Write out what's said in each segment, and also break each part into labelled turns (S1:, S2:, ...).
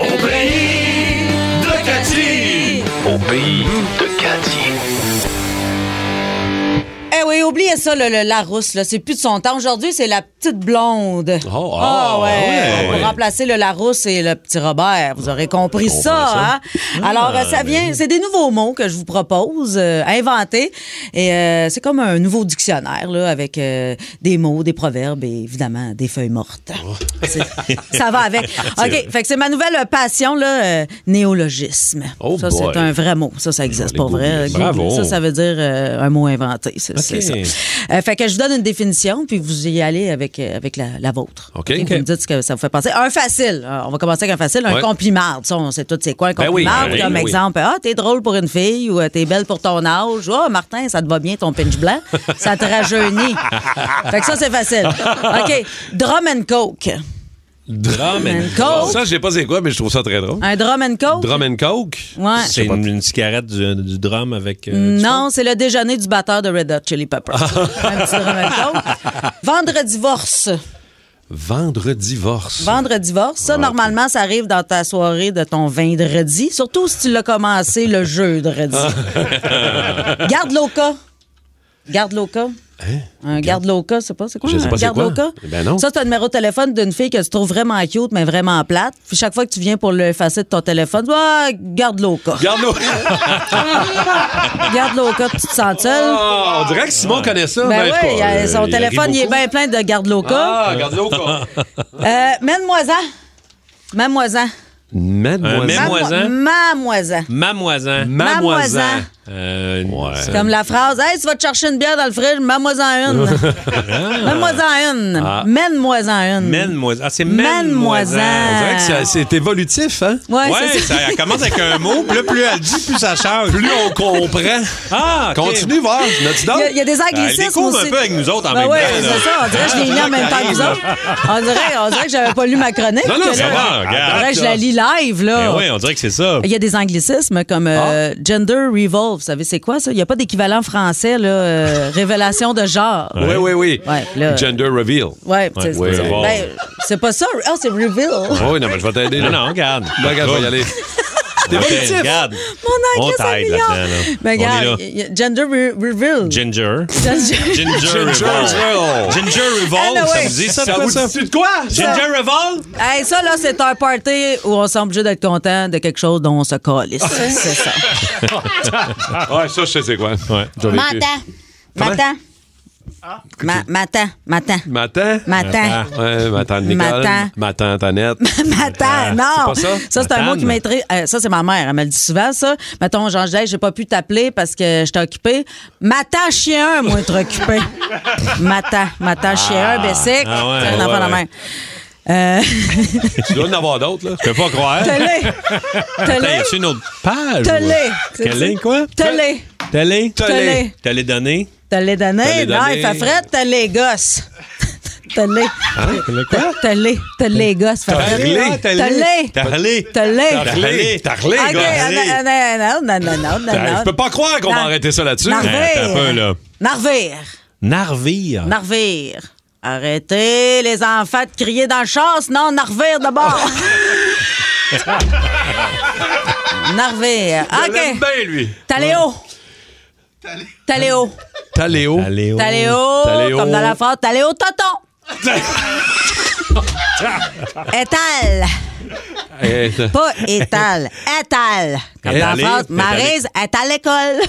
S1: Au pays de Cathy! Au pays de Cathy!
S2: Eh oui, oubliez ça, le, le Larousse, là. C'est plus de son temps. Aujourd'hui, c'est la petite blonde.
S3: Oh,
S2: Ah,
S3: ah, ouais.
S2: Pour remplacer le Larousse et le petit Robert. Vous aurez compris
S3: On
S2: ça, hein?
S3: comprend ça.
S2: Alors,
S3: Ah,
S2: euh, ça
S3: ben
S2: vient, c'est des nouveaux mots que je vous propose, euh, inventés. Et euh, c'est comme un nouveau dictionnaire, là, avec euh, des mots, des proverbes et évidemment des feuilles mortes. C'est- ça va avec.
S3: C'est
S2: OK.
S3: vrai.
S2: Fait que c'est ma nouvelle passion, là, euh, néologisme.
S3: Oh
S2: ça,
S3: boy.
S2: c'est un vrai mot. Ça, ça existe
S3: aller
S2: pas vrai.
S3: googler ça. Bravo.
S2: Ça, ça veut dire euh, un mot inventé. C'est c'est ça.
S3: Ok.
S2: Euh, fait que je vous donne une définition, puis vous y allez avec, euh, avec la, la vôtre.
S3: Ok,
S2: Ok,
S3: ok.
S2: Vous me dites ce que ça vous fait penser. Un facile. Euh, On va commencer avec un facile. Un
S3: Ouais.
S2: compliment. Ça, on sait tout c'est quoi un
S3: Ben oui,
S2: compliment.
S3: ben oui,
S2: comme
S3: ben oui.
S2: exemple, ah, t'es drôle pour une fille ou euh, t'es belle pour ton âge. Ah, Martin, ça te va bien ton pinch blanc. ça te rajeunit. fait que ça, c'est facile. OK. Drum and Coke.
S3: Drum and
S2: Coke.
S3: Ça, je sais pas c'est quoi, mais je trouve ça très drôle.
S2: Un drum and Coke?
S3: Drum and Coke?
S2: Ouais.
S4: C'est une, une cigarette du, du drum avec. euh, du
S2: Non, c'est le déjeuner du batteur de Red Hot Chili Peppers. Un petit drum and coke. Vendredi Vorse.
S3: Vendre divorce.
S2: Vendredi Vorse, ça, normalement, ça arrive dans ta soirée de ton vendredi, surtout si tu l'as commencé le jeudi. garde l'oka. Garde l'oka. Un garde l'oka, c'est pas c'est quoi?
S3: Hein? Je sais
S2: un
S3: pas c'est
S2: garde
S3: quoi.
S2: l'oka?
S3: Ben non.
S2: Ça, c'est un numéro de téléphone d'une fille que tu trouves vraiment cute, mais vraiment plate. Puis chaque fois que tu viens pour l'effacer de ton téléphone, tu dis, ah, garde l'oka.
S3: Garde-nous.
S2: Ah! Garde l'oka, tu te sens seule.
S3: Ah, on dirait que Simon connaît ça.
S2: Ben
S3: je
S2: oui,
S3: sais pas,
S2: il y a-
S3: euh,
S2: son
S3: il
S2: téléphone,
S3: rit
S2: il est
S3: beaucoup.
S2: bien plein de garde loca.
S3: Ah, garde-nous, quoi.
S2: Euh, Mademoiselle. Mademoiselle.
S3: Mademoiselle.
S4: Mademoiselle?
S2: Mademoiselle.
S4: Mamoisin.
S2: Mamoisin.
S4: Euh,
S3: Ouais.
S4: ça-
S2: Comme la phrase, hey, tu vas te chercher une bière dans le fridge, mademoiselle une. mademoiselle une.
S4: Ah.
S2: Mène-moi-en une.
S4: Mademoiselle. Ah, c'est
S2: Mademoiselle.
S4: Mademoiselle.
S3: On dirait que c'est- c'est évolutif, hein?
S2: Ouais,
S4: Ouais,
S2: c'est ça.
S4: ça, elle commence avec un mot, puis là, plus elle dit, plus ça change.
S3: Plus on comprend.
S4: Ah, ok. Ben,
S3: Continue, voir. Notre
S2: Il y, a,
S3: donc.
S2: il y a des
S4: Elle
S2: anglicismes
S4: découvre
S2: aussi.
S4: un peu avec nous autres en
S2: Ben
S4: même
S2: ouais,
S4: temps. là.
S2: c'est ça. On dirait que je l'ai mis en même temps que vous autres. On dirait, on dirait que j'avais pas lu ma chronique.
S4: Non, non,
S2: que
S4: ça
S2: là,
S4: va, regarde.
S2: On dirait que je la lis live, là.
S4: Ben oui, on Ah. dirait que c'est ça.
S2: Il y a des anglicismes comme euh, gender revolve. Vous savez, c'est quoi ça? Il n'y a pas d'équivalent français, là, euh, révélation de genre.
S3: Oui, oui, oui.
S2: Ouais, là-
S3: Gender reveal.
S2: Ouais, c'est
S3: ouais,
S2: c'est-
S3: revolve.
S2: ben, c'est pas ça. Ah, c'est reveal.
S3: Oui, non, mais je vais t'aider.
S4: Non,
S3: là.
S4: non, regarde.
S3: Ben, regarde, je vais y aller.
S4: T'es
S3: évolutif.
S4: Regarde.
S2: Mon anglais,
S4: On
S2: c'est
S4: t'aide
S2: mignon.
S4: là-dedans. là.
S2: Ben,
S4: On est là.
S2: regarde, y- y- gender re- reveal.
S4: Ginger.
S2: Ginger-
S4: Ginger Revolt. Ginger
S2: Ah,
S4: Revolt,
S2: ouais.
S4: ça vous dit ça? de quoi, ça?
S3: dit de quoi?
S4: Ginger Revolt?
S2: Hey, ça, là, c'est un party où on semble obligé d'être content de quelque chose dont on se calisse. c'est ça.
S3: Ah. Ouais, ça, je sais c'est quoi.
S4: Ouais.
S3: J'en ai plus.
S2: Matin. Matin. Ma- Matin. Matin.
S3: Matin.
S2: Matin.
S3: Ouais, matin, Nicole.
S2: Matin.
S3: Matin, Antoinette.
S2: Matin, non.
S3: c'est pas ça?
S2: c'est un
S4: Matane.
S2: mot qui maîtrise. euh, ça, c'est ma mère. Elle me le dit souvent, ça. Mettons, Jean, je dis, Hey, j'ai pas pu t'appeler parce que j'étais occupée. Matin, chien, un, moi, être occupé. Matin, matin, chien, un, bessic.
S4: Ah ouais,
S2: c'est un
S4: ouais,
S2: enfant de
S4: ouais.
S2: même. Euh,
S3: Tu dois en avoir d'autres, là.
S4: Je peux pas croire.
S2: t'as
S4: Attends,
S2: l'est. T'as
S4: y
S2: l'est.
S4: a-tu une autre page?
S2: T'as
S4: ou-
S2: l'est.
S4: T'as l'est, quoi?
S2: T'as l'est.
S4: T'as l'est?
S2: T'as l'est.
S4: T'as l'est donné?
S2: T'as les
S3: T'as
S2: donné?
S3: les
S2: Non,
S3: donné.
S2: il fait fret, t'as les gosses. T'as les.
S4: quoi?
S2: T'as les. T'as les gosses, fait fret.
S4: l'est.
S2: T'as les.
S4: T'as l'est.
S2: T'as
S4: T'as
S2: les.
S4: l'est. T'as l'est,
S2: OK,
S4: gars.
S2: non, non, non, non, non, non,
S3: Hey,
S2: non.
S3: Ben, Je peux pas croire qu'on
S2: Non.
S3: va arrêter ça là-dessus.
S2: Narvire.
S4: Hey, attends un peu, là.
S2: Narvire.
S4: Narvire.
S2: Narvire. Arrêtez les enfants de crier dans le char, sinon Narvire de bord. Narvire.
S3: Je l'aime
S2: OK.
S3: bien, lui.
S2: Taléo. Taléo.
S3: Taléo.
S4: Taléo.
S2: Taléo.
S3: Taléo.
S2: Comme dans la phrase, Taléo Toton. Étale.
S3: Eh, t'as-
S2: Pas étale. Étale. Comme dans la
S4: Étalée,
S2: phrase,
S4: étalée.
S2: Marise est à l'école.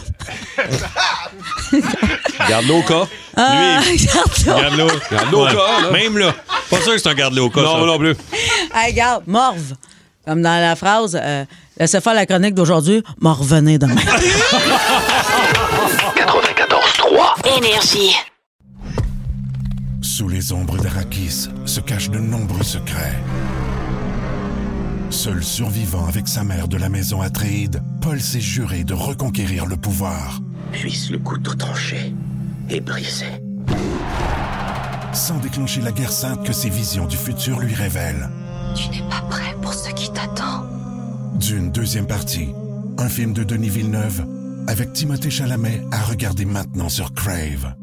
S3: Garde l'eau cas.
S2: Ah,
S4: Lui,
S2: regarde ça.
S4: Garde-le.
S3: Garde-le au cas, là.
S4: Même là. Pas sûr que c'est un garde-le au cas.
S3: Non,
S4: ça.
S3: non plus.
S2: Hey, regarde, morve. Comme dans la phrase, euh, laissez faire la chronique d'aujourd'hui, m'en revenez demain.
S1: 94.3.
S5: Énergie.
S6: Sous les ombres d'Arakis se cachent de nombreux secrets. Seul survivant avec sa mère de la maison Atréide, Paul s'est juré de reconquérir le pouvoir.
S1: Puisse le couteau tranché et brisé.
S6: sans déclencher la guerre sainte que ses visions du futur lui révèlent.
S5: Tu n'es pas prêt pour ce qui t'attend.
S6: D'une deuxième partie, un film de Denis Villeneuve avec Timothée Chalamet à regarder maintenant sur Crave.